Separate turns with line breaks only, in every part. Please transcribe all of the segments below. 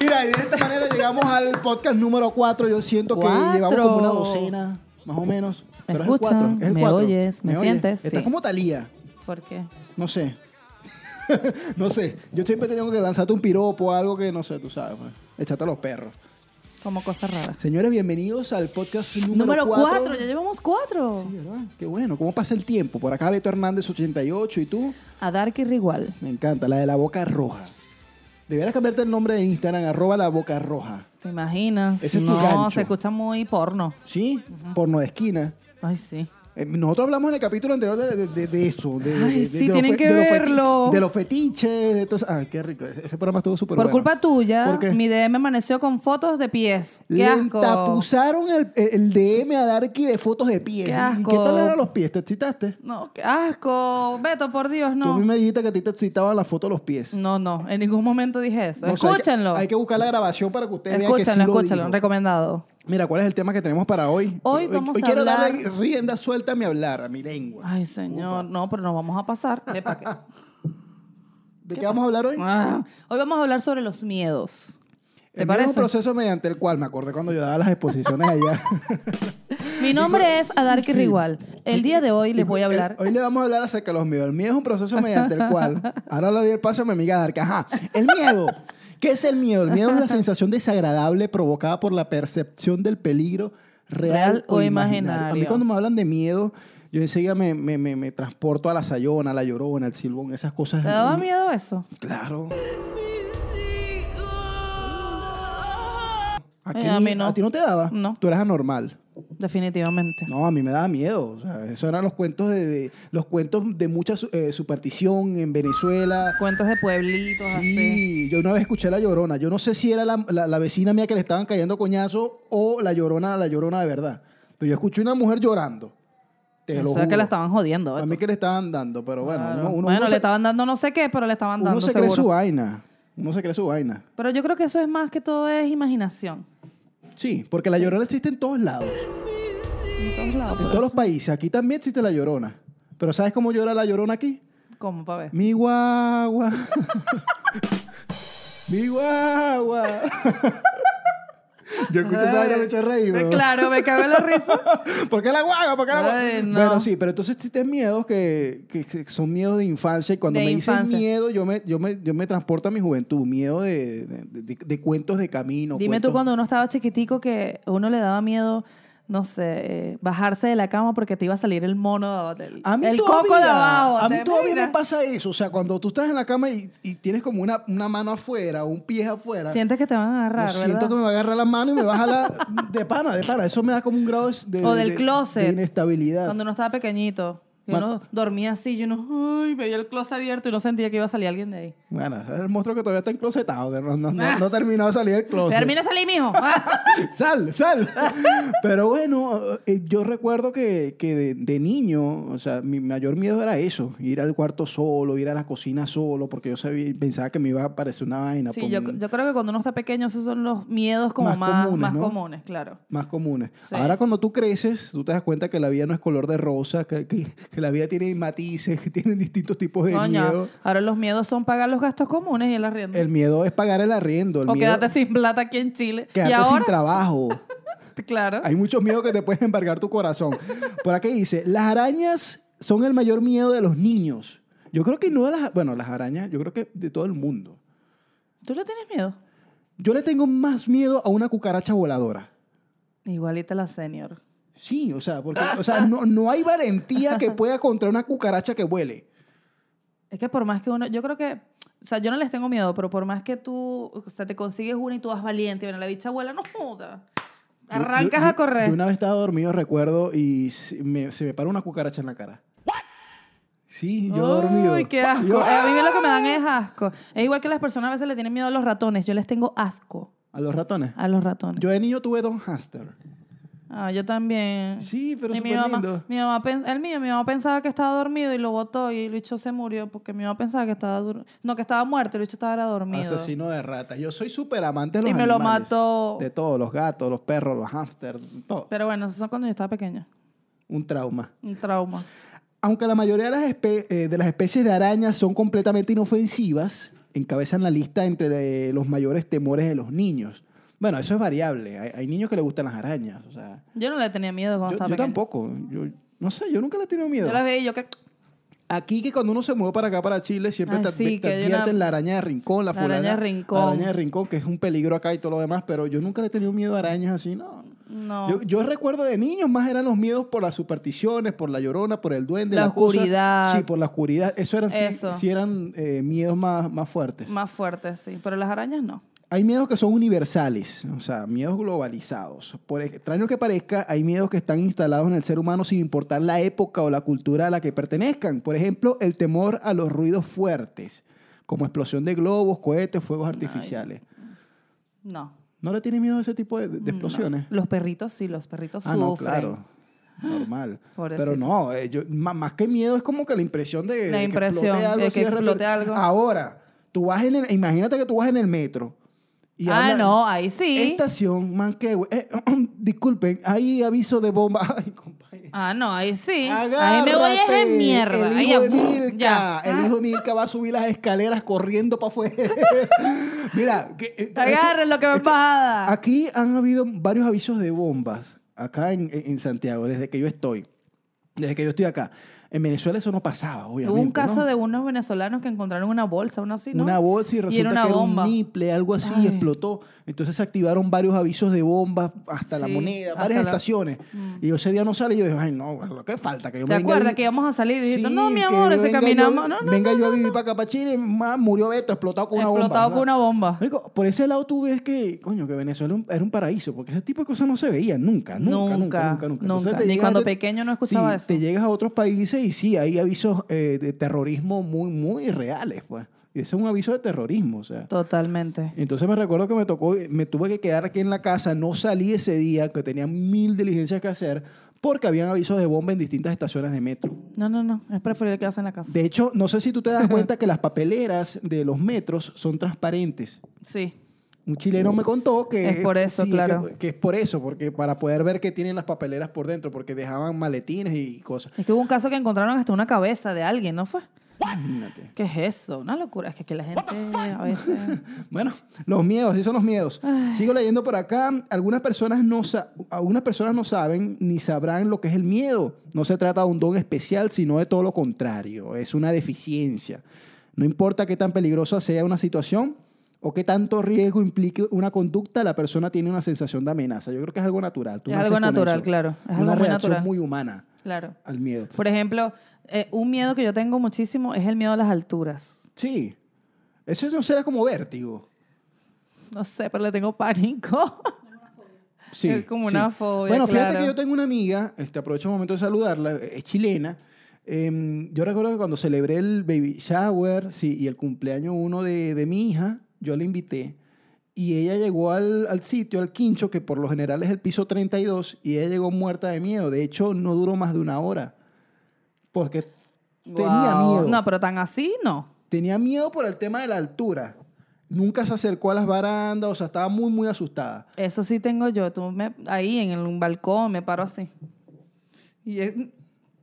Mira, y de esta manera llegamos al podcast número 4. Yo siento
Cuatro.
que llevamos como una docena, más o menos.
Me
Pero es
escuchan,
el 4. Es el
me
cuatro.
oyes, me sientes,
Estás
sí.
como Talía.
¿Por qué?
No sé. no sé. Yo siempre tengo que lanzarte un piropo o algo que no sé, tú sabes. pues. Echate a los perros.
Como cosas raras.
Señores, bienvenidos al podcast número
Número
4.
4, ya llevamos 4.
Sí, ¿verdad? Qué bueno. ¿Cómo pasa el tiempo? Por acá Beto Hernández, 88. ¿Y tú?
A Darky Rigual.
Me encanta. La de la boca roja. Deberás cambiarte el nombre de Instagram, arroba la boca roja.
¿Te imaginas?
Ese es tu
no,
gancho.
se escucha muy porno.
¿Sí? Porno de esquina.
Ay, sí.
Eh, Nosotros hablamos en el capítulo anterior de, de- de- de eso. De, de-
Ay,
de-
sí,
de los
tienen
fe-
que
de los feti-
verlo.
de los fetiches. De todo eso. ah, qué rico. Ese programa estuvo súper
Por
bueno.
culpa tuya,
¿Por qué?
mi DM amaneció con fotos de pies. ¡Qué
Le
asco!
tapuzaron el, el DM a Darky de fotos de pies.
Qué
¿Y
asco.
qué tal eran los pies? ¿Te excitaste?
No, qué asco. Beto, por Dios,
Tú a mí
no.
me dijiste que a ti te excitaban las fotos de los pies.
No, no, en ningún momento dije eso.
No sé, hay que-
Escúchenlo.
Hay que, buscar la grabación para que ustedes vean que sí
escúchenlo,
lo
escúchenlo.
dijo.
Recomendado.
Mira, ¿cuál es el tema que tenemos para hoy?
Hoy vamos a
quiero
hablar-
darle rienda suelta a mi hablar, a mi lengua.
Ay, señor. No, pero nos vamos a pasar. Ve pa' acá.
¿De qué, vamos a hablar hoy?
Ah, Hoy vamos a hablar sobre los miedos.
El
¿Te
mío Es
parece?
un proceso mediante el cual me acordé cuando yo daba las exposiciones allá.
Mi nombre es Adarki Rigual. El día de hoy les voy a hablar.
Hoy le vamos a hablar acerca de los miedos. El miedo es un proceso mediante el cual. Ahora le doy el paso a mi amiga Darka. Ajá. El miedo. ¿Qué es el miedo? El miedo es la sensación desagradable provocada por la percepción del peligro real,
Real
o
o
imaginario.
imaginario.
A mí cuando me hablan de miedo, yo enseguida me, me- me- me transporto a la sayona, a la llorona, al silbón, esas cosas.
¿Te daba miedo eso?
Claro. ¿A,
Ay,
qué
Eh, a
ni-
mí no.
¿A ti no te daba?
No.
Tú eras anormal.
Definitivamente.
No, a mí me daba miedo. O sea, eso eran los cuentos de, de- los cuentos de mucha su- eh, superstición en Venezuela.
Cuentos de pueblitos así.
Sí, yo una vez escuché la llorona. Yo no sé si era la, la- la vecina mía que le estaban cayendo coñazo o la llorona, la llorona de verdad. Pero yo escuché una mujer llorando. Te lo
o sea, que
juro.
la estaban jodiendo.
A
Beto.
mí que le estaban dando, pero bueno,
Claro.
uno, uno-
bueno,
uno
le
se,
estaban dando no sé qué, pero le estaban
uno
dando
se cree
seguro.
su vaina. Uno se cree su vaina.
Pero yo creo que eso es más que todo es imaginación.
Sí, porque la llorona existe en todos lados.
En todos lados.
En
pero
todos los países. Aquí también existe la llorona. Pero ¿sabes cómo llora la llorona aquí?
¿Cómo, pa' ver?
Mi guagua. Mi guagua. Yo escucho esa vaina y me echo a reír, bro.
Claro, me cago en la risa.
¿Por qué la guagua? ¿Por qué la guagua?
Ay, no.
Bueno, sí, pero entonces tienes miedos que, que- que son miedos de infancia. Y cuando
De
me
infancia.
dicen miedo, yo me, yo, me, yo me transporto a mi juventud. Miedo de, de- de- de cuentos de camino.
Dime tú
cuentos-
cuando uno estaba chiquitico que a uno le daba miedo, no sé, eh, bajarse de la cama porque te iba a salir el mono de abajo del-
A mí
el
todavía,
coco de abajo.
A mí
¿te
todavía me
imaginas?
pasa eso. O sea, cuando tú estás en la cama y, y tienes como una, una mano afuera, un pie afuera.
Sientes que te van a
yo
agarrar,
siento
¿verdad?
que me va a agarrar la mano y me baja la. De pana, de pana. Eso me da como un grado de.
O del
de-
closet.
De inestabilidad.
Cuando uno estaba pequeñito, que
Bueno.
uno dormía así y uno, ay, veía el closet abierto y no sentía que iba a salir alguien de ahí.
Bueno, es el monstruo que todavía está enclosetado, que no, no, no- no ha terminado de salir del closet.
Ah. Termina de salir, mijo. Ah.
sal, sal. Pero bueno, eh, yo recuerdo que, que de, de niño, o sea, mi mayor miedo era eso, ir al cuarto solo, ir a la cocina solo, porque yo sabía, pensaba que me iba a aparecer una vaina.
Sí,
pues,
yo, yo creo que cuando uno está pequeño, esos son los miedos como
Más
más,
comunes,
más
¿no?
comunes, claro.
Más comunes.
Sí.
Ahora cuando tú creces, tú te das cuenta que la vida no es color de rosa, que, que- que la vida tiene matices, que tiene distintos tipos de
Coño,
Pues miedo.
ahora los miedos son pagar los gastos comunes y el arriendo.
El miedo es pagar el arriendo, el
o
miedo
quedarte sin plata aquí en Chile.
quedarte
y
sin
ahora,
trabajo.
claro.
Hay muchos miedos que te pueden embargar tu corazón. Por aquí dice, las arañas son el mayor miedo de los niños. Yo creo que no de las... Bueno, las arañas, yo creo que de todo el mundo.
¿Tú le tienes miedo?
Yo le tengo más miedo a una cucaracha voladora.
Igualita la senior.
Sí, o sea, porque, o sea no, no hay valentía que pueda contra una cucaracha que huele.
Es que por más que uno, yo creo que, o sea, yo no les tengo miedo, pero por más que tú, o sea, te consigues una y tú vas valiente, bueno, la bicha abuela no joda.
Yo- yo-
Arrancas
yo-
a correr.
Yo una vez estaba dormido, recuerdo, y se me, se me paró una cucaracha en la cara. Sí, yo dormido.
Uy, qué asco.
Yo-
a mí lo que me dan es asco. Es igual que las personas a veces le tienen miedo a los ratones. Yo les tengo asco
A los ratones.
a los ratones.
Yo de niño tuve dos hamsters.
Ah, yo también.
Sí, pero
Y mi
súper lindo.
mamá, mi mamá pen- el mío, mi mamá pensaba que estaba dormido y lo botó y el bicho se murió porque mi mamá pensaba que estaba dur- no que estaba muerto, el bicho estaba era dormido.
Asesino de ratas. Yo soy súper amante de los
Y me lo
animales.
mató.
De todos, los gatos, los perros, los hamsters, todo.
Pero bueno, eso son cuando yo estaba pequeña.
Un trauma.
Un trauma.
Aunque la mayoría de las, espe- eh, de las especies de arañas son completamente inofensivas, encabezan la lista entre eh, los mayores temores de los niños. Bueno, eso es variable. Hay, hay niños que les gustan las arañas. O sea,
Yo no le tenía miedo cuando
yo,
estaba
yo
pequeña.
tampoco. Yo, no sé, yo nunca le he tenido miedo.
Yo las veía y yo que...
Aquí que cuando uno se mueve para acá, para Chile, siempre
Ay,
te,
sí,
advi- te
que hay
advierten
una-
la araña de rincón, la,
la araña
fulana-
de rincón.
La araña de rincón, que es un peligro acá y todo lo demás, pero yo nunca le he tenido miedo a arañas así, no.
No.
Yo, yo recuerdo de niños más eran los miedos por las supersticiones, por la llorona, por el duende.
La
cosa.
oscuridad.
Sí, por la oscuridad. Eso eran, sí-
Eso.
sí eran eh, miedos más, más fuertes.
Más fuerte, sí. Pero las arañas no.
Hay miedos que son universales, o sea, miedos globalizados. Por extraño que parezca, hay miedos que están instalados en el ser humano sin importar la época o la cultura a la que pertenezcan. Por ejemplo, el temor a los ruidos fuertes, como explosión de globos, cohetes, fuegos artificiales.
No.
¿No le tiene miedo a ese tipo de, de
Mm,
explosiones?
No. Los perritos sí, los perritos
Ah,
sufren.
no, claro. Normal.
Pobrecito.
Pero no, eh, yo- ma- más que miedo es como que la impresión de,
La
de
impresión de
así
que
repente.
explote algo.
Ahora, tú vas en el- imagínate que tú vas en el metro. y
ah,
habla-
no, ahí sí.
Estación Manquehue. Eh, disculpen, hay aviso de bomba. Ay, compadre.
Ah, no, ahí sí. ahí
Agárrate.
me voy a hacer mierda.
El
Ahí
hijo de
ya,
Milka.
ya.
El
Ah,
hijo de Milka va a subir las escaleras corriendo para afuera. Mira, que, eh,
Agarren Ah, lo que me paga.
ah, Aquí han habido varios avisos de bombas, acá en, en- en Santiago, desde que yo estoy. Desde que yo estoy acá. En Venezuela eso no pasaba, obviamente.
Hubo un caso
¿no?
de unos venezolanos que encontraron una bolsa, una así, ¿no?
Una bolsa y
era
resulta
una
que
bomba.
era un niple, algo así,
Ay.
explotó. Entonces se activaron varios avisos de bombas hasta la
Sí,
moneda,
hasta
varias
la- Mm.
estaciones. Y yo ese día no salí y yo dije, ay, no, lo que falta, que yo
¿Te
venga
acuerdas
vi-
que íbamos a salir? Y dijiste,
Sí,
no, mi
que
amor, ese
venga yo-
caminamos. No, no,
Venga yo a vivir para acá, para Chile, más murió Beto, explotado con una bomba.
explotado
¿verdad?
con una bomba.
Marico, por ese lado tú ves que, coño, que Venezuela era un- era un paraíso, porque ese tipo de cosas no se veían nunca, nunca, nunca, nunca, nunca. Entonces
nunca.
te
Ni
llegas-
cuando pequeño no escuchaba
sí,
eso.
te llegas a otros países y sí, hay avisos eh, de terrorismo muy, muy reales, pues. Y ese es un aviso de terrorismo, o sea.
Totalmente.
Entonces me recuerdo que me tocó, me tuve que quedar aquí en la casa, no salí ese día, que tenía mil diligencias que hacer, porque habían avisos de bomba en distintas estaciones de metro.
No, no, no. Es preferible quedarse en la casa.
De hecho, no sé si tú te das cuenta que las papeleras de los metros son transparentes.
Sí.
Un chileno me contó que
Es por eso,
que-
claro.
que, es por eso, porque para poder ver que tienen las papeleras por dentro, porque dejaban maletines y cosas.
Es que hubo un caso que encontraron hasta una cabeza de alguien, ¿no fue?
Imagínate.
¿Qué es eso? Una locura. Es que aquí la gente a veces...
Bueno, los miedos, sí son los miedos. Sigo leyendo por acá. Algunas personas, no sa- algunas personas no saben ni sabrán lo que es el miedo. No se trata de un don especial, sino de todo lo contrario. Es una deficiencia. No importa qué tan peligrosa sea una situación o qué tanto riesgo implique una conducta, la persona tiene una sensación de amenaza. Yo creo que es algo natural. Tú
Es
naces
algo
con
natural,
eso.
claro. Es
una
algo muy
reacción
natural.
muy humana
Claro.
al miedo.
Por ejemplo, eh, un miedo que yo tengo muchísimo es el miedo a las alturas.
Sí. Eso no será como vértigo.
No sé, pero le tengo pánico.
Sí,
Es como
sí.
una fobia,
Bueno, fíjate
claro.
que yo tengo una amiga, este, aprovecho el momento de saludarla, eh, es chilena. Em, yo recuerdo que cuando celebré el baby shower sí, y el cumpleaños uno de, de mi hija, yo la invité. Y ella llegó al, al sitio, al quincho, que por lo general es el piso 32, y ella llegó muerta de miedo. De hecho, no duró más de una hora. Porque tenía
Guau.
miedo.
No, pero tan así no.
Tenía miedo por el tema de la altura. Nunca se acercó a las barandas, o sea, estaba muy, muy asustada.
Eso sí tengo yo. Tú me, ahí en el balcón me paro así. Y es-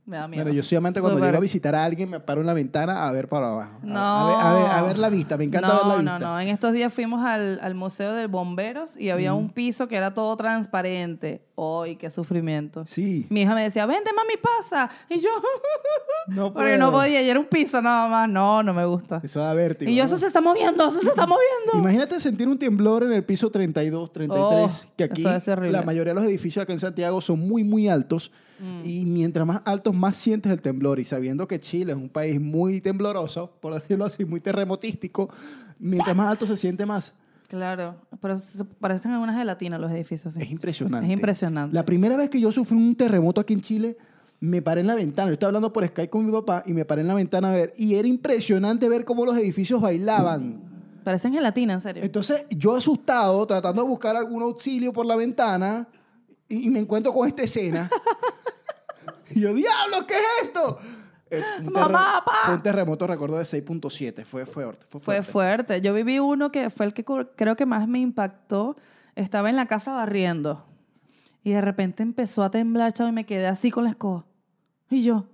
me da miedo.
Bueno, yo soy amante cuando
Súper.
llego a visitar a alguien, me paro en la ventana a ver para abajo. A-
No.
A ver, a ver, a ver la vista, me encanta
no,
ver la
No,
vista.
no, En estos días fuimos al, al Museo de Bomberos y había un piso que era todo transparente. ¡Ay, qué sufrimiento!
Sí.
Mi hija me decía, vente, mami, pasa. Y yo,
No
porque
puedo.
no podía, y era un piso nada más. No, no me gusta.
Eso da vértigo.
y yo,
¿no?
eso se está moviendo, eso se está moviendo.
Imagínate sentir un temblor en el piso 32, 33,
Oh,
que aquí
eso debe ser horrible.
la mayoría de los edificios acá en Santiago son muy, muy altos.
Mm.
Y mientras más altos, más sientes el temblor. Y sabiendo que Chile es un país muy tembloroso, por decirlo así, muy terremotístico, mientras más alto se siente más.
Claro, pero se- parecen algunas gelatinas los edificios.
Es
así.
impresionante.
Es impresionante.
La primera vez que yo sufrí un terremoto aquí en Chile, me paré en la ventana. Yo estaba hablando por Skype con mi papá y me paré en la ventana a ver. Y era impresionante ver cómo los edificios bailaban.
Parecen gelatinas, en serio.
Entonces, yo asustado, tratando de buscar algún auxilio por la ventana, y y me encuentro con esta escena. y yo, ¡diablo, qué es esto! Eh, fue un
¡Mamá,
terre-
papá!
Fue un terremoto, recuerdo, de 6.7. Fue fuerte. Fue
Fue
fuerte.
fuerte. Yo viví uno que fue el que cu- creo que más me impactó. Estaba en la casa barriendo y de repente empezó a temblar, chavo, y me quedé así con la escoba. Y yo.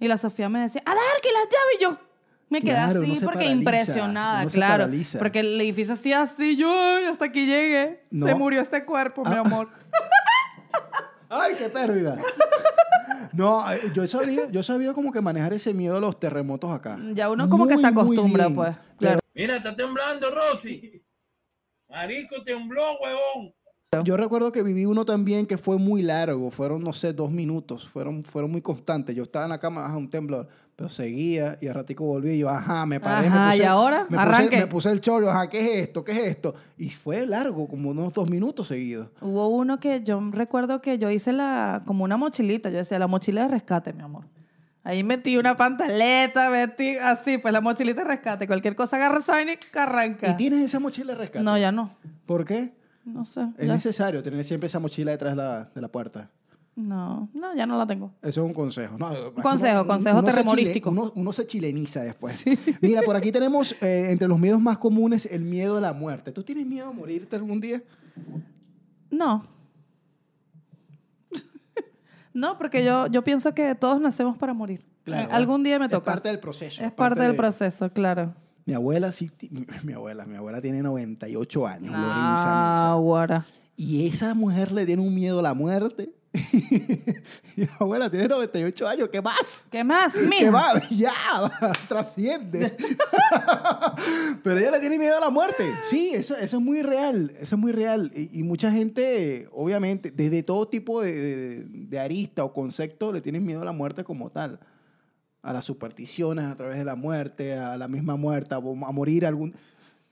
Y la Sofía me decía, ¡Alarque las llaves! Y yo, Me quedé
Claro,
así
uno se
porque
paraliza,
impresionada,
uno se
claro.
paraliza.
Porque el edificio hacía así, yo "Ay, hasta que llegué.
No.
Se murió este cuerpo, mi
Ah.
amor.
¡Ay, qué pérdida! No, eh, yo he, sabido, yo he sabido como que manejar ese miedo a los terremotos acá.
Ya uno como que se
Ah, Muy, muy
acostumbra,
bien.
pues.
Pero
Claro.
Mira, está temblando, Rosy. Marico, tembló, huevón.
Yo recuerdo que viví uno también que fue muy largo, fueron, no sé, dos minutos, fueron, fueron muy constantes. Yo estaba en la cama, ajá, un temblor, pero seguía y al ratico volví y yo, ajá, me paré.
Ajá,
me puse,
¿y ahora?
Me
Arranque.
puse, me puse el chorro, ajá, ¿qué es esto? ¿Qué es esto? Y fue largo, como unos dos minutos seguidos.
Hubo uno que yo recuerdo que yo hice la, como una mochilita, yo decía, la mochila de rescate, mi amor. Ahí metí una pantaleta, metí así, pues la mochilita de rescate. Cualquier cosa agarra Sonic, arranca.
¿Y tienes esa mochila de rescate?
No, ya no.
¿Por qué?
No sé.
Es
ya-
necesario tener siempre esa mochila detrás de la, de la puerta.
No, no, ya no la tengo.
Eso es un consejo. No, es como-
Consejo, consejo
se chile-
terremorístico.
uno, uno se chileniza después. Mira, por aquí tenemos eh, entre los miedos más comunes el miedo a la muerte. ¿Tú tienes miedo a morirte algún día?
No. no, porque yo, yo pienso que todos nacemos para morir. Eh, Algún día me
Es
toca.
parte del proceso.
Es parte del
de-
proceso, claro.
Mi abuela, sí, ti- mi, mi abuela, mi abuela tiene 98 años. Lorin
Ah,
Sanz.
guara.
Y esa mujer le tiene un miedo a la muerte. mi abuela tiene 98 años, ¿qué más?
¿Qué más, mija?
Que va, ya, va, trasciende. Pero ella le tiene miedo a la muerte. Sí, eso, eso es muy real, eso es muy real. Y, y mucha gente, obviamente, desde todo tipo de, de- de arista o concepto, le tienen miedo a la muerte como tal. A las supersticiones a través de la muerte, a la misma muerte, a, mo- a morir algún...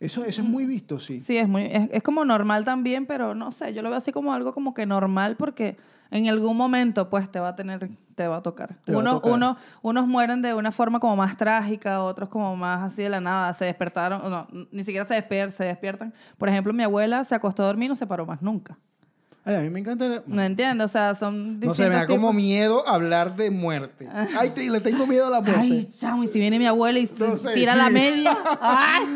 Eso, eso es muy visto, sí.
Sí, es, muy, es, es como normal también, pero no sé, yo lo veo así como algo como que normal porque en algún momento pues te va a tener, te va a tocar.
Te va a
unos,
tocar.
unos- unos mueren de una forma como más trágica, otros como más así de la nada, se despertaron, o no, ni siquiera se, desper- se despiertan. Por ejemplo, mi abuela se acostó a dormir y no se paró más nunca.
Ay, a mí me encanta... la-
No entiendo, o sea, son
No sé, me da
distintos
como
tipos.
miedo hablar de muerte. Ay, te- le tengo miedo a la muerte.
Ay, chamo, y si viene mi abuela y se
pues. No sé,
tira
sí.
la media. ¡Ay!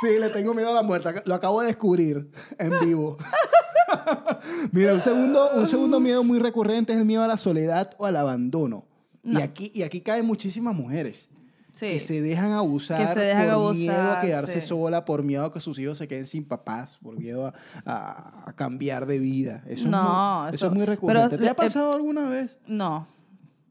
Sí, le tengo miedo a la muerte. Ac- Lo acabo de descubrir en vivo. Mira, un segundo, un segundo miedo muy recurrente es el miedo a la soledad o al abandono. Y, aquí, y aquí caen muchísimas mujeres
Sí.
que se dejan abusar
Que se dejan
por miedo a
abusar,
quedarse
sí.
sola, por miedo a que sus hijos se queden sin papás, por miedo a, a- a cambiar de vida. Eso,
No,
es, muy, eso...
eso-
es muy
pero eh,
recurrente. ¿Te
le-
ha pasado alguna vez?
No,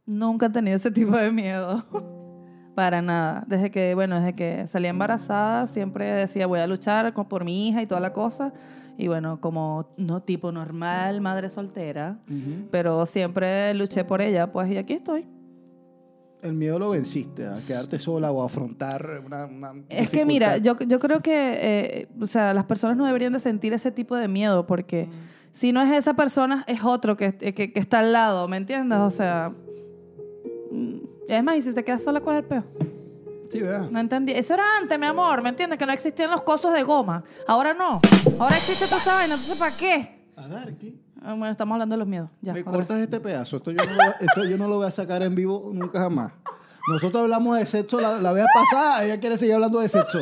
nunca he tenido ese tipo de miedo. Para nada. Desde que, bueno, desde que salí embarazada, siempre decía, voy a luchar con- por mi hija y toda la cosa. Y bueno, como no tipo normal, madre soltera, pero siempre luché por ella, pues, y aquí estoy.
El miedo lo venciste, a quedarte sola o a afrontar una... una
Es que mira,
dificultad.
yo, yo creo que eh, o sea, las personas no deberían de sentir ese tipo de miedo porque si no es esa persona, es otro que, que- que está al lado, ¿me entiendes? O sea, mm, es más, y si te quedas sola, ¿cuál es el peor?
Sí, ¿verdad?
No entendí. Eso era antes, mi amor, ¿me entiendes? Que no existían los cosos de goma. Ahora no. Ahora existe toda esa vaina, entonces ¿para qué?
A ver, ¿qué?
Ah, Bueno, estamos hablando de los miedos. Ya,
Me
otra
cortas este pedazo. Esto yo, no lo, esto yo no lo voy a sacar en vivo nunca jamás. Nosotros hablamos de sexo la, la vez pasada. Ella quiere seguir hablando de sexo.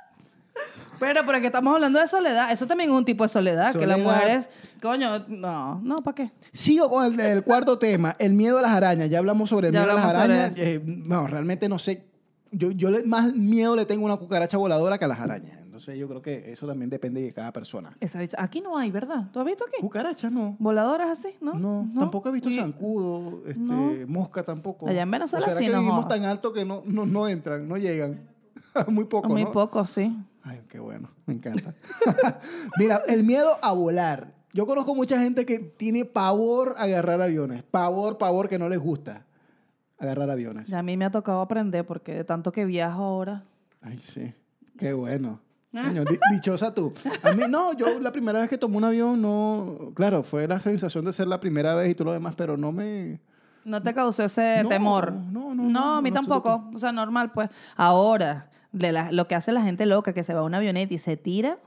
vez. Pero, pero es que estamos hablando de soledad. Eso también es un tipo de soledad, que las
Soledad.
mujeres, coño, no, no, ¿para qué?
Sigo con el, el cuarto tema, el miedo a las arañas. Ya hablamos sobre el
Ya
miedo a las
hablamos sobre
arañas. Eh, no, realmente no sé. Yo, yo le- más miedo le tengo a una cucaracha voladora que a las arañas. Entonces yo creo que eso también depende de cada persona.
Esa bicha- Aquí no hay, ¿verdad? ¿Tú has visto aquí?
Cucarachas no.
Voladoras así, ¿no?
No, tampoco he visto
Y-
zancudo, este,
No.
mosca tampoco.
Allá en Venezuela
¿O será
sí,
que
no
vivimos
joda.
tan alto que no, no, no entran, no llegan. Muy poco,
Muy
¿no?
poco, sí.
Ay, qué bueno, me encanta. Mira, el miedo a volar. Yo conozco mucha gente que tiene pavor a agarrar aviones. Pavor, pavor, que no les gusta agarrar aviones.
Ya a mí me ha tocado aprender porque de tanto que viajo ahora.
Ay, sí. Qué bueno. Coño, di- dichosa tú. A mí, no, yo la primera vez que tomé un avión, no. Claro, fue la sensación de ser la primera vez y todo lo demás, pero no me.
¿No te causó ese
No,
temor?
no, no, no,
a mí
no,
tampoco. O sea, normal, pues. Ahora, de la- lo que hace la gente loca, que se va a una avioneta y se tira,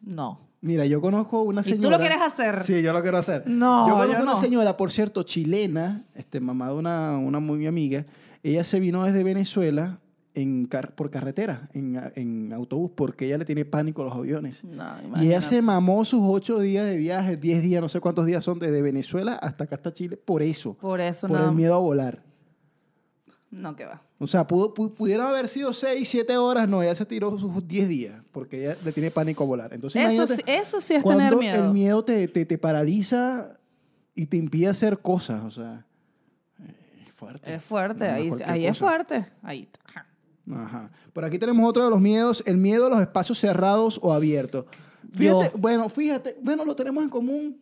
no.
Mira, yo conozco una
¿Y tú
señora.
lo quieres hacer?
Sí, yo lo quiero hacer.
No,
yo conozco
yo
una
no.
señora, por cierto, chilena, este, mamá de una, una muy amiga. Ella se vino desde Venezuela en car- por carretera, en, a- en autobús, porque ella le tiene pánico a los aviones.
No,
Y
imagínate.
ella se mamó sus ocho días de viaje, diez días, no sé cuántos días son, desde Venezuela hasta acá hasta Chile, por eso,
Por eso
por
nada
el
más.
miedo a volar.
No, que va.
O sea, pudo, pu- pudieron haber sido 6, 7 horas, no, ella se tiró sus 10 días porque ella le tiene pánico a volar. Entonces,
Eso,
imagínate
sí- eso sí es
cuando
tener miedo.
el miedo te, te, te paraliza y te impide hacer cosas, o sea, eh, es fuerte.
Es fuerte,
No, no
ahí,
cualquier
ahí es
cosa.
fuerte. Ahí. ajá.
Ajá. Por aquí tenemos otro de los miedos, el miedo a los espacios cerrados o abiertos. Fíjate,
Yo.
bueno, fíjate, bueno, lo tenemos en común.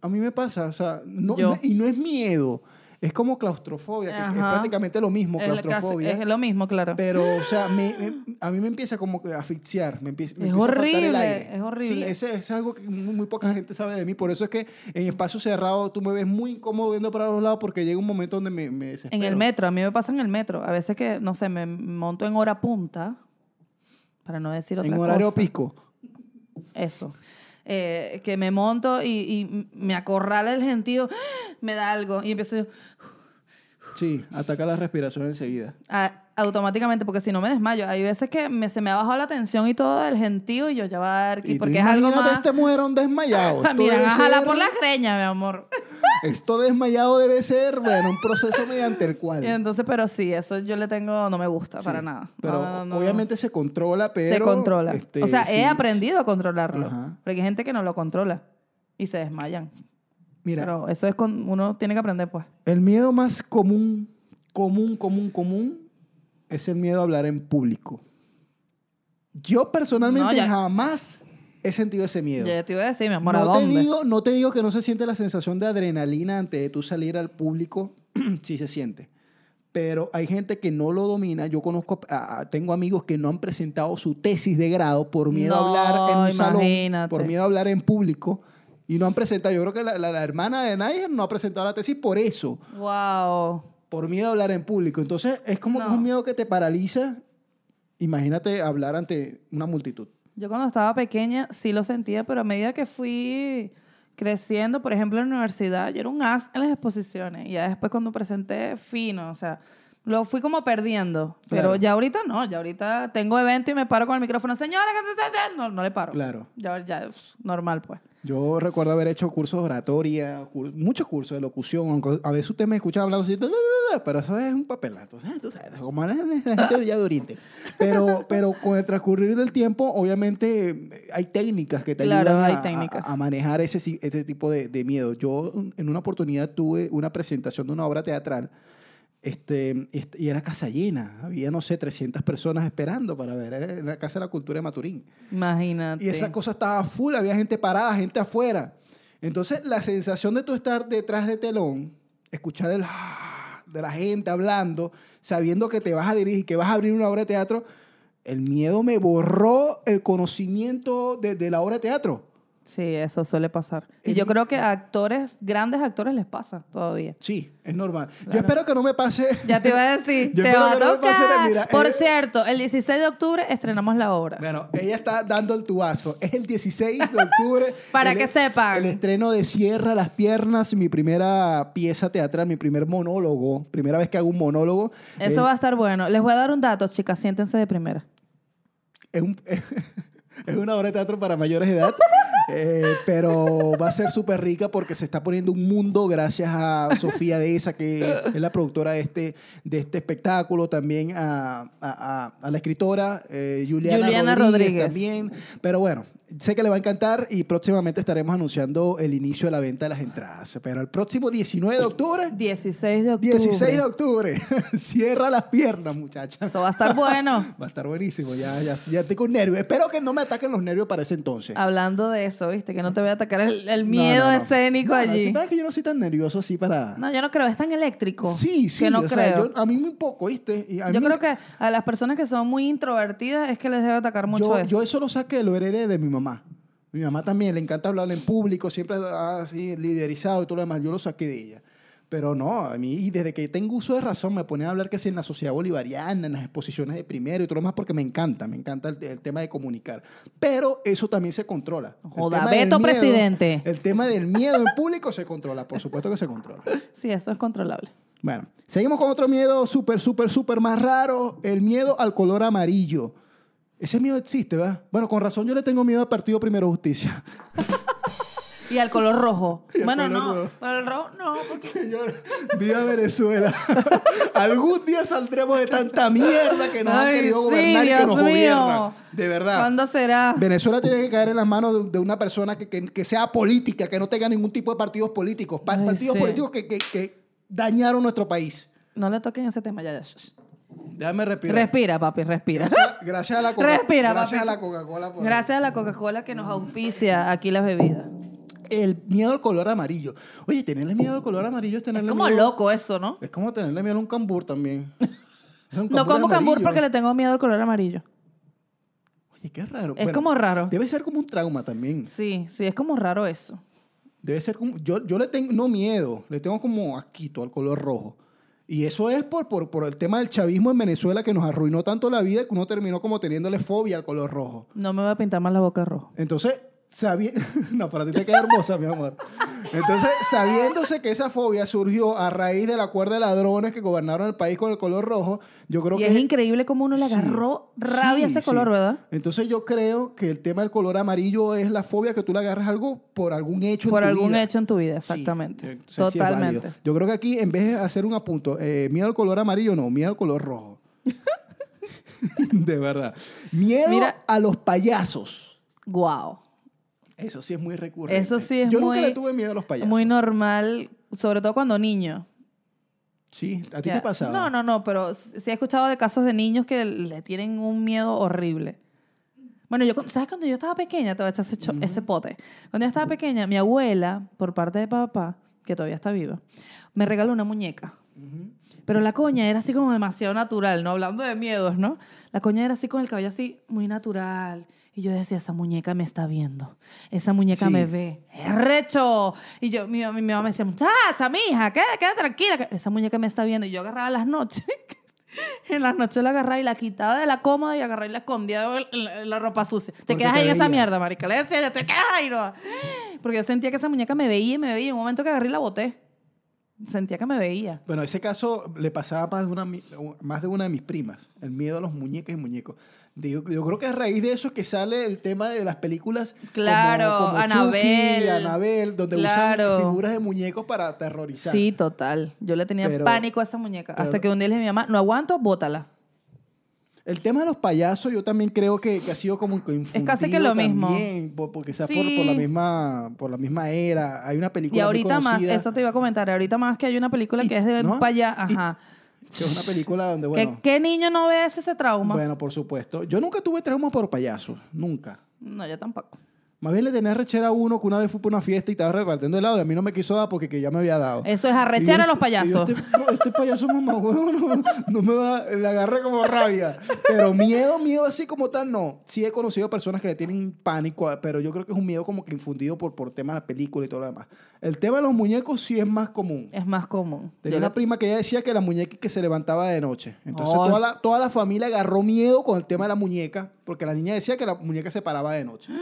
A mí me pasa, o sea, no,
Yo.
no- y no es miedo, es como claustrofobia, que es
Ajá.
prácticamente lo mismo,
Es la-
claustrofobia.
es lo mismo, claro.
Pero, o sea, me- me- a mí me empieza como que a asfixiar, me empieza, me
Es
empieza a faltar el
horrible,
aire.
es horrible.
Sí, ese es algo que muy, muy poca gente sabe de mí. Por eso es que en espacio cerrado tú me ves muy incómodo viendo para los lados porque llega un momento donde me, me desespero.
En el metro, a mí me pasa en el metro. A veces que, no sé, me monto en hora punta, para no decir otra
En
cosa.
horario pico.
Eso. Eh, que me monto y, y me acorrala el gentío, me da algo. Y empiezo yo,
Sí, ataca la respiración enseguida.
a- ah, automáticamente, porque si no me desmayo. Hay veces que me- se me ha bajado la tensión y todo del gentío y yo ya va a dar aquí,
Y tú
porque es algo
imagínate
más...
este mujerón desmayado. Esto
Mira,
debe
bájala
ser-
por las greñas, mi amor.
Esto desmayado debe ser, bueno, un proceso mediante el cual...
Y entonces, pero sí, eso yo le tengo, no me gusta
Sí,
para nada.
Pero
No, no, no, no.
obviamente se controla, pero...
se controla.
este,
o sea,
sí,
he aprendido a controlarlo.
Ajá.
Porque hay gente que no lo controla y se desmayan.
Mira,
Pero eso es con uno tiene que aprender, pues.
El miedo más común, común, común, común, es el miedo a hablar en público. Yo personalmente
No, ya-
jamás he sentido ese miedo.
Ya te iba a decir, mi amor, ¿a
No te,
dónde?
digo, no te digo que no se siente la sensación de adrenalina antes de tú salir al público, sí se siente. Pero hay gente que no lo domina. Yo conozco, a- a- tengo amigos que no han presentado su tesis de grado por miedo
No,
a hablar en un salón,
imagínate.
por miedo a hablar en público. Y no han presentado, yo creo que la, la- la hermana de Nayer no ha presentado la tesis por eso
Wow.
por miedo a hablar en público. Entonces, es como que
No.
un miedo que te paraliza. Imagínate hablar ante una multitud.
Yo cuando estaba pequeña sí lo sentía, pero a medida que fui creciendo, por ejemplo, en la universidad, yo era un as en las exposiciones. Y ya después cuando presenté, fino, o sea, lo fui como perdiendo.
Claro.
Pero ya ahorita no, ya ahorita tengo evento y me paro con el micrófono, señora, ¿qué te- te- te-?" no, no le paro.
Claro.
Ya, ya es normal, pues.
Yo recuerdo haber hecho cursos de oratoria, cur- muchos cursos de locución, aunque a veces usted me escuchaba hablando así, "Da, da, da, da", pero eso es un papelato, ¿sabes? Tú sabes, como la, la gente de Orilla de Oriente. Pero, pero con el transcurrir del tiempo, obviamente eh, hay técnicas que te
Claro,
ayudan
hay
a- a,
técnicas.
a manejar ese, si- ese tipo de, de miedo. Yo un- en una oportunidad tuve una presentación de una obra teatral este, est- y era casa llena, había, no sé, 300 personas esperando para ver, era la Casa de la Cultura de Maturín.
Imagínate.
Y esa cosa estaba full, había gente parada, gente afuera. Entonces, la sensación de tú estar detrás de telón, escuchar el ah de la gente hablando, sabiendo que te vas a dirigir, que vas a abrir una obra de teatro, el miedo me borró el conocimiento de, de la obra de teatro.
Sí, eso suele pasar. Y
El-
yo creo que a actores, grandes actores les pasa todavía.
Sí, es normal. Yo
Claro.
espero que no me pase.
Ya te iba a decir,
Yo
te
espero
va a
que no me
tocar.
pase la- mira,
Por
eh.
cierto, el 16 de octubre estrenamos la obra.
Bueno, ella está dando el tubazo. Es el 16 de octubre.
Para
El-
que sepan.
El estreno de Cierra las Piernas, mi primera pieza teatral, mi primer monólogo. Primera vez que hago un monólogo.
Eso
Eh,
va a estar bueno. Les voy a dar un dato, chicas, siéntense de primera.
Es, un- es una obra de teatro para mayores de edad. eh, pero va a ser súper rica porque se está poniendo un mundo gracias a Sofía Dehesa, que es la productora de este, de este espectáculo, también a, a- a- a la escritora eh, Juliana,
Juliana
Rodríguez,
Rodríguez.
también. Pero bueno, sé que le va a encantar y próximamente estaremos anunciando el inicio de la venta de las entradas. Pero el próximo 19 de octubre,
16 de octubre.
16 de octubre, cierra las piernas, muchachas.
Eso va a estar bueno.
Va a estar buenísimo, ya, ya, ya tengo nervios. Espero que no me ataquen los nervios para ese entonces.
Hablando de eso, viste, que no te voy a atacar el, Ah, el miedo
No, no, no.
escénico
No, no, sí,
allí.
para que yo no soy tan nervioso así para...
No, yo no creo, es tan eléctrico.
sí, sí,
Que no
o
creo.
sea,
yo
yo- a mí muy poco, ¿viste? Y a mí-
creo que a las personas que son muy introvertidas es que les debe atacar mucho
yo,
eso.
yo eso lo saqué, lo heredé de mi mamá. Mi mamá también, le encanta hablar en público, siempre ah, así liderizado y todo lo demás. Yo lo saqué de ella. Pero no, a mí, y desde que tengo uso de razón, me ponía a hablar que si en la sociedad bolivariana, en las exposiciones de primero y todo lo más, porque me encanta, me encanta el, el tema de comunicar. Pero eso también se controla. El
Joda,
tema del
Beto, presidente.
El tema del miedo en público se controla, por supuesto que se controla.
Sí, eso es controlable.
Bueno, seguimos con otro miedo súper, súper, súper más raro, el miedo al color amarillo. Ese miedo existe, ¿verdad? Bueno, con razón yo le tengo miedo al Partido Primero Justicia.
Y al color rojo.
Y al
bueno,
color
no.
rojo.
Pero el rojo no. porque-
Señor, viva Venezuela. Algún día saldremos de tanta mierda que nos han
Ay,
querido
sí,
gobernar y que
Dios
nos
mío.
gobiernan. De verdad.
¿Cuándo será?
Venezuela tiene que caer en las manos de, de una persona que, que- que sea política, que no tenga ningún tipo de partidos políticos. Pa-
Ay,
partidos
sí.
políticos que, que- que dañaron nuestro país.
No le toquen ese tema. Ya, ya. Shh.
Déjame respirar.
Respira, papi, respira.
gracias a la Coca-
Respira,
Gracias
papi.
a la Mm. Coca-Cola. por-
Gracias a la Coca-Cola que nos auspicia aquí las bebidas.
El miedo al color amarillo. Oye, tenerle miedo al color amarillo es
Es
tenerle
como
miedo-
loco eso, ¿no?
Es como tenerle miedo a un cambur también. Es un
No como cambur
amarillo.
porque le tengo miedo al color amarillo.
Oye, qué raro.
Es
Bueno,
como raro.
Debe ser como un trauma también.
Sí, sí, es como raro eso.
Debe ser como. Yo, yo le tengo, no miedo, le tengo como asquito al color rojo. Y eso es por, por, por el tema del chavismo en Venezuela que nos arruinó tanto la vida que uno terminó como teniéndole fobia al color rojo.
No me voy a pintar más la boca roja.
Entonces, sabiendo. no, para ti te queda hermosa, mi amor. Entonces, sabiéndose que esa fobia surgió a raíz del acuerdo de ladrones que gobernaron el país con el color rojo, yo creo
Y
que.
es increíble cómo uno le
Sí.
agarró rabia
Sí,
a ese color,
sí.
¿verdad?
Entonces yo creo que el tema del color amarillo es la fobia que tú le agarras algo por algún hecho en
Por
tu
algún
vida.
hecho en tu vida,
Sí,
exactamente.
o sea, sí es válido.
Totalmente.
Yo creo que aquí, en vez de hacer un apunto, eh, miedo al color amarillo, no, miedo al color rojo. de verdad. Miedo
Mira.
a los payasos.
Guau.
Eso sí es muy recurrente.
Eso sí es
Yo
muy-
nunca le tuve miedo a los payasos.
Muy normal, sobre todo cuando niño.
Sí, ¿a ti
Ya.
te pasaba?
No, no, no, pero sí he escuchado de casos de niños que le tienen un miedo horrible. Bueno, yo, cu- ¿sabes cuando yo estaba pequeña? Te voy a echar ese, cho- ese pote. Cuando yo estaba pequeña, mi abuela, por parte de papá, que todavía está viva, me regaló una muñeca. Pero la coña era así como demasiado natural, ¿no? Hablando de miedos, ¿no? La coña era así con el cabello así, muy natural. Y yo decía, esa muñeca me está viendo. Esa muñeca
Sí.
me ve. ¡Es recho! Y yo, mi, mi- mi mamá me decía, muchacha, mija, quédate, quédate tranquila. que Esa muñeca me está viendo. Y yo agarraba las noches. en las noches la agarraba y la quitaba de la cómoda y agarraba y la escondía en la, en la ropa sucia. Te
Porque
quedas
te
ahí en esa
veía.
mierda, marica. Le decía, yo, te quedas ahí, no. Porque yo sentía que esa muñeca me veía y me veía. En un momento que agarré y la boté. Sentía que me veía.
Bueno, ese caso le pasaba más de, una, mi- más de una de mis primas, el miedo a los muñecas y muñecos. Digo, yo creo que a raíz de eso es que sale el tema de las películas como-
Claro,
como, Chucky,
Annabelle.
Annabelle, donde
Claro.
usan figuras de muñecos para aterrorizar.
Sí, total. Yo le tenía
Pero-
pánico a esa muñeca.
pero-
hasta que un día le dije a mi mamá, no aguanto, bótala.
El tema de los payasos yo también creo que, que ha sido como que infundido
casi que lo mismo.
también, por- porque sea por,
Sí.
por la misma, por la misma era. Hay una película
Y ahorita
muy
más,
conocida,
eso te iba a comentar, ahorita más que hay una película
It,
que es de
¿no?
paya-
It.
ajá.
que es una película donde,
¿Qué-
bueno,
¿Qué, niño no ve eso, ese trauma?
bueno, por supuesto. Yo nunca tuve trauma por payasos, nunca.
No, yo tampoco.
Más bien le tenía rechera a uno que una vez fue por una fiesta y estaba repartiendo helado y a mí no me quiso dar porque que ya me había dado.
Eso es arrechar
Y yo-
a los
y yo,
payasos.
Este, no, este payaso mamá huevo no, no me va, le agarré como rabia. Pero miedo, miedo así como tal, no. Sí he conocido personas que le tienen pánico, a- pero yo creo que es un miedo como que infundido por, por temas de la película y todo lo demás. El tema de los muñecos sí es más común.
Es más común.
Tenía
Yo le-
una prima que ella decía que la muñeca que se levantaba de noche. Entonces
Ay.
toda, la, toda la familia agarró miedo con el tema de la muñeca, porque la niña decía que la muñeca se paraba de noche.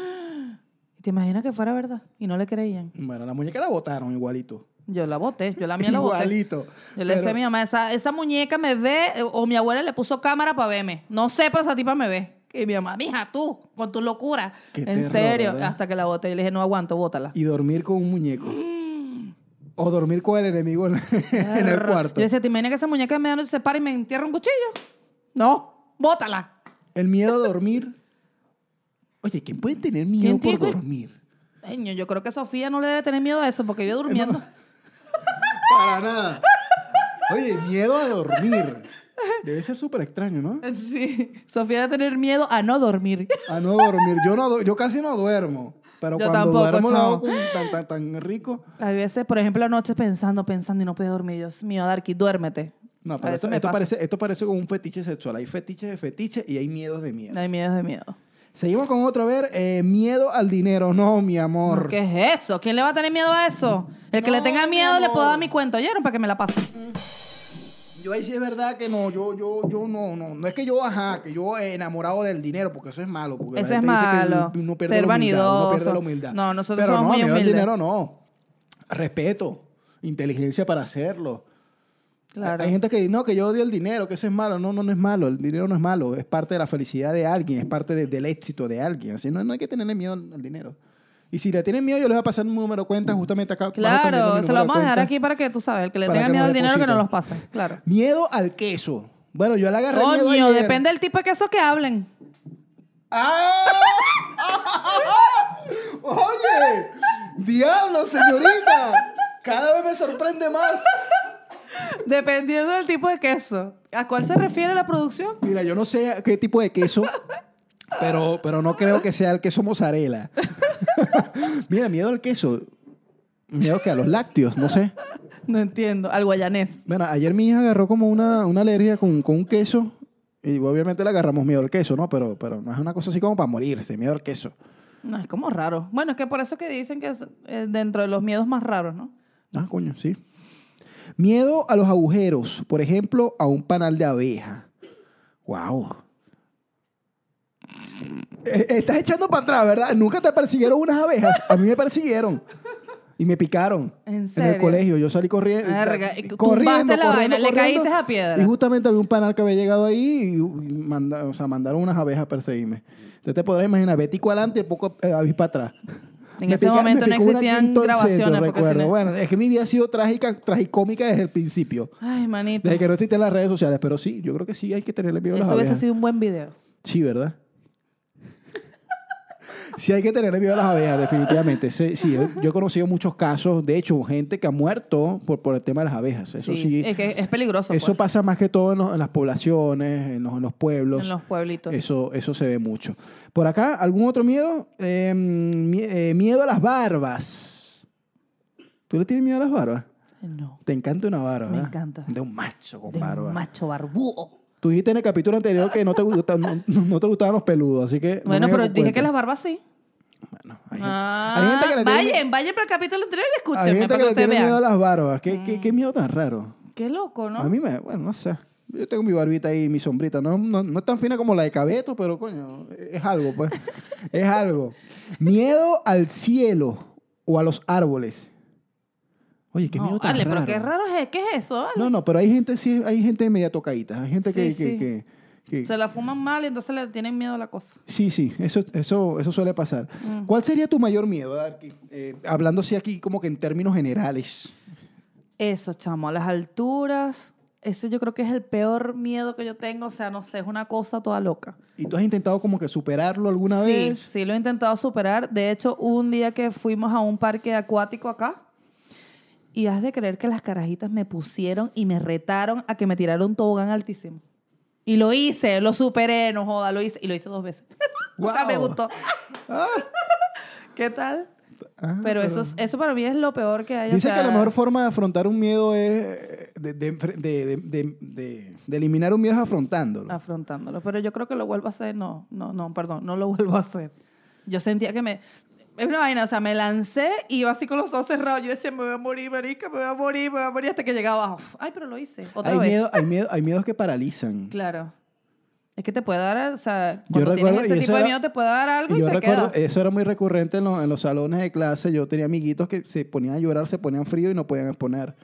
¿Te imaginas que fuera verdad? Y no le creían.
Bueno, la muñeca la botaron igualito.
Yo la boté, yo la mía la boté.
Igualito.
Yo le decía a
Pero-
mi mamá, esa, esa muñeca me ve, eh, o mi abuela le puso cámara para verme. No sé, pero esa tipa me ve. Y mi mamá, mija, tú, con tu locura.
Qué
en
terror,
serio,
¿verdad?
hasta que la boté. Y le dije, no aguanto, bótala.
Y dormir con un muñeco. O dormir con el enemigo en, en el
Error.
cuarto.
Yo decía, ¿te imaginas que esa muñeca de medianoche se para y me entierra un cuchillo? No, bótala.
El miedo a dormir. Oye, ¿quién puede tener miedo
¿Quién
por
tiene?
dormir?
Coño, yo creo que Sofía no le debe tener miedo a eso porque vive durmiendo.
Para nada. Oye, miedo a dormir. Debe ser súper extraño, ¿no?
Sí, Sofía debe tener miedo a no dormir.
A no dormir. Yo, no du- yo casi no duermo. Pero
Yo
cuando
tampoco,
duermo la hago
chamo.
con- tan, tan, tan rico.
A veces, por ejemplo, anoche pensando, pensando y no podía dormir. Dios mío, Darky, duérmete.
No,
A
pero
veces
esto,
me
esto
pasa.
parece, esto parece como un fetiche sexual. Hay fetiches de fetiches y hay miedos de miedo.
Hay miedos de miedo.
Seguimos con otro, a ver. eh, miedo al dinero. No, mi amor.
¿Qué es eso? ¿Quién le va a tener miedo a eso? El que
No,
le tenga
mi
miedo le
amor.
puedo dar mi cuenta, ¿oyeron? Para que me la pase.
Yo ahí sí es verdad que no, yo, yo, yo no, no. No es que yo, ajá, que yo he enamorado del dinero, porque eso es malo. Porque la
Eso es
gente dice que
malo.
uno pierde
Ser
la humildad, uno pierde
vanidoso.
la humildad.
No, nosotros
Pero
somos
no,
muy
miedo al
humildes.
dinero no. Respeto, inteligencia para hacerlo.
Claro.
Hay gente que dice, no, que yo odio el dinero, que eso es malo. No, no, no es malo. El dinero no es malo. Es parte de la felicidad de alguien, es parte de- del éxito de alguien. Así no, no hay que tenerle miedo al, al dinero. Y si le tienen miedo, yo les voy a pasar un número de cuenta justamente acá. abajo también los
Claro, se lo
números de
vamos a dejar
cuenta.
aquí para que tú sabes, el que le
para
tenga
que
miedo
nos
al dinero que no
depositen.
los pase, claro.
Miedo al queso. Bueno, yo le agarré miedo
Coño,
ayer.
depende del tipo de queso que hablen.
¡Ah! ¡Oye! ¡Diablo, señorita! Cada vez me sorprende más.
Dependiendo del tipo de queso. ¿A cuál se refiere la producción?
Mira, yo no sé a qué tipo de queso, pero, pero no creo que sea el queso mozzarella. Mira, miedo al queso. Miedo que a los lácteos, no sé.
No entiendo. Al guayanés.
Bueno, ayer mi hija agarró como una, una alergia con, con un queso. Y obviamente le agarramos miedo al queso, ¿no? Pero, pero no es una cosa así como para morirse, miedo al queso.
No, es como raro. Bueno, es que por eso que dicen que es eh, dentro de los miedos más raros, ¿no?
Ah, coño, sí. Miedo a los agujeros, por ejemplo, a un panal de abeja. Wow. E-, Estás echando para atrás, ¿verdad? Nunca te persiguieron unas abejas. A mí me persiguieron. Y me picaron.
¿En
el
serio?
colegio. Yo salí corriendo.
Verga, y
corriendo,
tumbaste la vaina, le caíste a piedra.
Y justamente había un panal que había llegado ahí y, y manda- o sea, mandaron unas abejas a perseguirme. Entonces te podrás imaginar, Betico adelante y el poco eh, avis para atrás.
En
Me
ese
pica- me
momento no
picó una
existían
quinto en centro,
grabaciones. porque si
recuerdo.
no-
Bueno, es que mi vida ha sido trágica, tragicómica desde el principio.
Ay, manito.
Desde que no existen las redes sociales, pero sí, yo creo que sí hay que tenerle miedo a las
Eso hubiese
abejas.
sido un buen video.
Sí, ¿verdad? sí hay que tenerle miedo a las abejas, definitivamente. Sí, sí, yo, yo he conocido muchos casos, de hecho, gente que ha muerto por, por el tema de las abejas. Eso sí,
Es que es peligroso.
eso
pues,
pasa más que todo en, los- en las poblaciones, en los, en los pueblos.
en los pueblitos.
Eso, eso se ve mucho. Por acá, ¿algún otro miedo? Eh, mi- eh, miedo a las barbas. ¿Tú le tienes miedo a las barbas?
No.
Te encanta una barba.
Me
¿verdad?
encanta.
De un macho con
De
barba.
un macho barbudo.
Tú dijiste en el capítulo anterior que no te, gusta- no, no te gustaban los peludos, así que. no
Bueno,
me
pero
hagas
dije
cuenta.
que las barbas sí.
Bueno, hay, gente- hay
Ah,
gente que le tiene,
vayan, vayan para el capítulo anterior y
hay
escúchenme
gente que
para que Mm.
le
ustedes
tiene miedo a
vean.
las barbas. ¿Qué, qué, qué miedo tan raro?
Qué loco, ¿no?
A mí me. Bueno, no sé. Yo tengo mi barbita ahí, mi sombrita. No, no, no es tan fina como la de Cabeto, pero coño, es algo, pues. es algo. Miedo al cielo o a los árboles. Oye, qué
No,
miedo tan
Ale,
raro.
pero qué raro es, ¿qué es eso? Ale?
No, no, pero hay gente, sí, hay gente media tocadita. Hay gente que.
Sí,
que-
sí.
que- que-
Se la fuman mal y entonces le tienen miedo a la cosa.
Sí, sí, eso, eso, eso suele pasar.
Mm.
¿Cuál sería tu mayor miedo, Darky? Eh, hablando así aquí como que en términos generales.
Eso, chamo, a las alturas. Ese yo creo que es el peor miedo que yo tengo. O sea, no sé, es una cosa toda loca.
¿Y tú has intentado como que superarlo alguna
sí,
vez?
Sí, lo he intentado superar. De hecho, un día que fuimos a un parque acuático acá, y has de creer que las carajitas me pusieron y me retaron a que me tirara un tobogán altísimo. Y lo hice, lo superé, no joda, lo hice. Y lo hice dos veces. o sea, me
Guau.
gustó. ¿Qué tal?
Ah,
Pero eso, es- eso para mí es lo peor que hay. o
Dicen que
sea,
la mejor forma de afrontar un miedo es. eh, De, de- de- de- de- de- de eliminar un miedo es afrontándolo.
afrontándolo. Pero yo creo que lo vuelvo a hacer. No, no, no, perdón, no lo vuelvo a hacer. Yo sentía que me... Es una vaina, o sea, me lancé y iba así con los ojos cerrados. Yo decía, me voy a morir, marica, me voy a morir, me voy a morir, hasta que llegaba abajo. Ay, pero lo hice. Otra
hay,
vez.
Miedo, hay, miedo, hay miedos que paralizan.
Claro. Es que te puede dar, o sea, cuando
recuerdo-
tienes
y
ese
eso
tipo de
era-
miedo te puede dar algo
Y
y,
yo
te
recuerdo, eh,
queda.
eso era muy recurrente en, los- en los salones de clase. Yo tenía amiguitos que se ponían a llorar, se ponían frío y no podían exponer.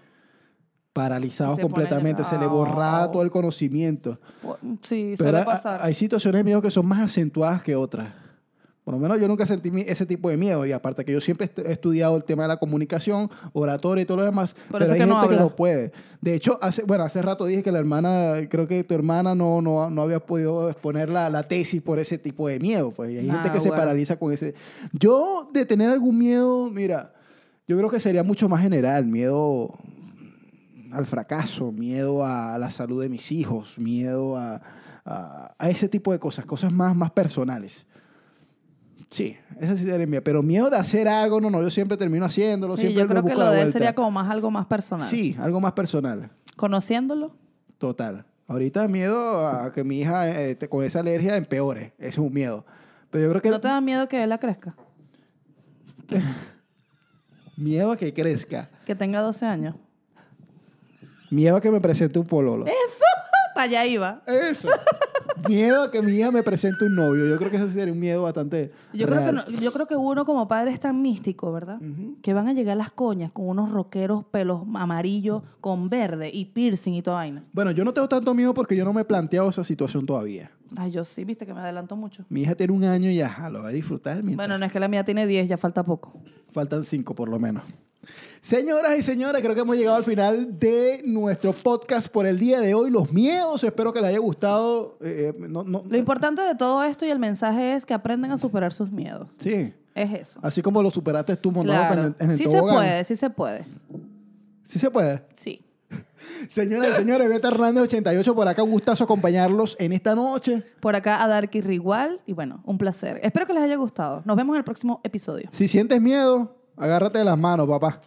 Paralizados
Se ponen Oh. a
completamente, se le borraba
llorar.
todo el conocimiento.
Sí,
Pero
suele
ha-
pasar.
hay situaciones de miedo que son más acentuadas que otras. Por lo menos yo nunca sentí mi- ese tipo de miedo. Y aparte que yo siempre est- he estudiado el tema de la comunicación, oratoria y todo lo demás. pero
eso
hay
que no
gente que
habla.
no puede. De hecho, hace, bueno, hace rato dije que la hermana, creo que tu hermana no, no, no había podido exponer la, la tesis por ese tipo de miedo. Pues. Y hay gente
Ah,
que se
bueno.
paraliza con ese. Yo de tener algún miedo, mira, yo creo que sería mucho más general. Miedo al fracaso, miedo a la salud de mis hijos, miedo a, a- a ese tipo de cosas, cosas más, más personales. Sí, eso sí sería miedo. Pero miedo de hacer algo, no, no, yo siempre termino haciéndolo,
Sí,
siempre
yo
le
creo que
busco
lo
la
de él
vuelta.
sería como más algo más personal.
Sí, algo más personal,
Conociéndolo.
total. Ahorita miedo a que mi hija eh, te- con esa alergia empeore, ese es un miedo. Pero yo creo que
¿No te da miedo que él la crezca?
miedo a que crezca,
Que tenga 12 años.
miedo a que me presente un pololo.
Para allá iba.
Eso. miedo a que mi hija me presente un novio. Yo creo que eso sería un miedo bastante.
Yo creo, que
real.
no- yo creo que uno como padre es tan místico, ¿verdad?
Ujú.
Que van a llegar las coñas con unos rockeros, pelos amarillos, con verde y piercing y toda vaina.
Bueno, yo no tengo tanto miedo porque yo no me he planteado esa situación todavía.
Ay, yo sí, viste que me adelanto mucho.
Mi hija tiene un año y ajá, lo va a disfrutar mientras.
Bueno, no es que la mía tiene 10, ya falta poco.
Faltan cinco por lo menos. Señoras y señores, creo que hemos llegado al final de nuestro podcast por el día de hoy. Los miedos, espero que les haya gustado. Eh, eh, no, no-
Lo importante de todo esto y el mensaje es que aprendan a superar sus miedos.
sí,
Es eso.
así como lo superaste tú, Monólogo, en
Claro.
el, en el
sí se
tobogán.
puede, sí se puede.
Sí se puede.
Sí.
Señoras y señores, Beta Hernández 88 por acá. Un gustazo acompañarlos en esta noche.
Por acá a Darky Rigual y bueno, un placer. Espero que les haya gustado. Nos vemos en el próximo episodio.
Si sientes miedo, agárrate de las manos, papá.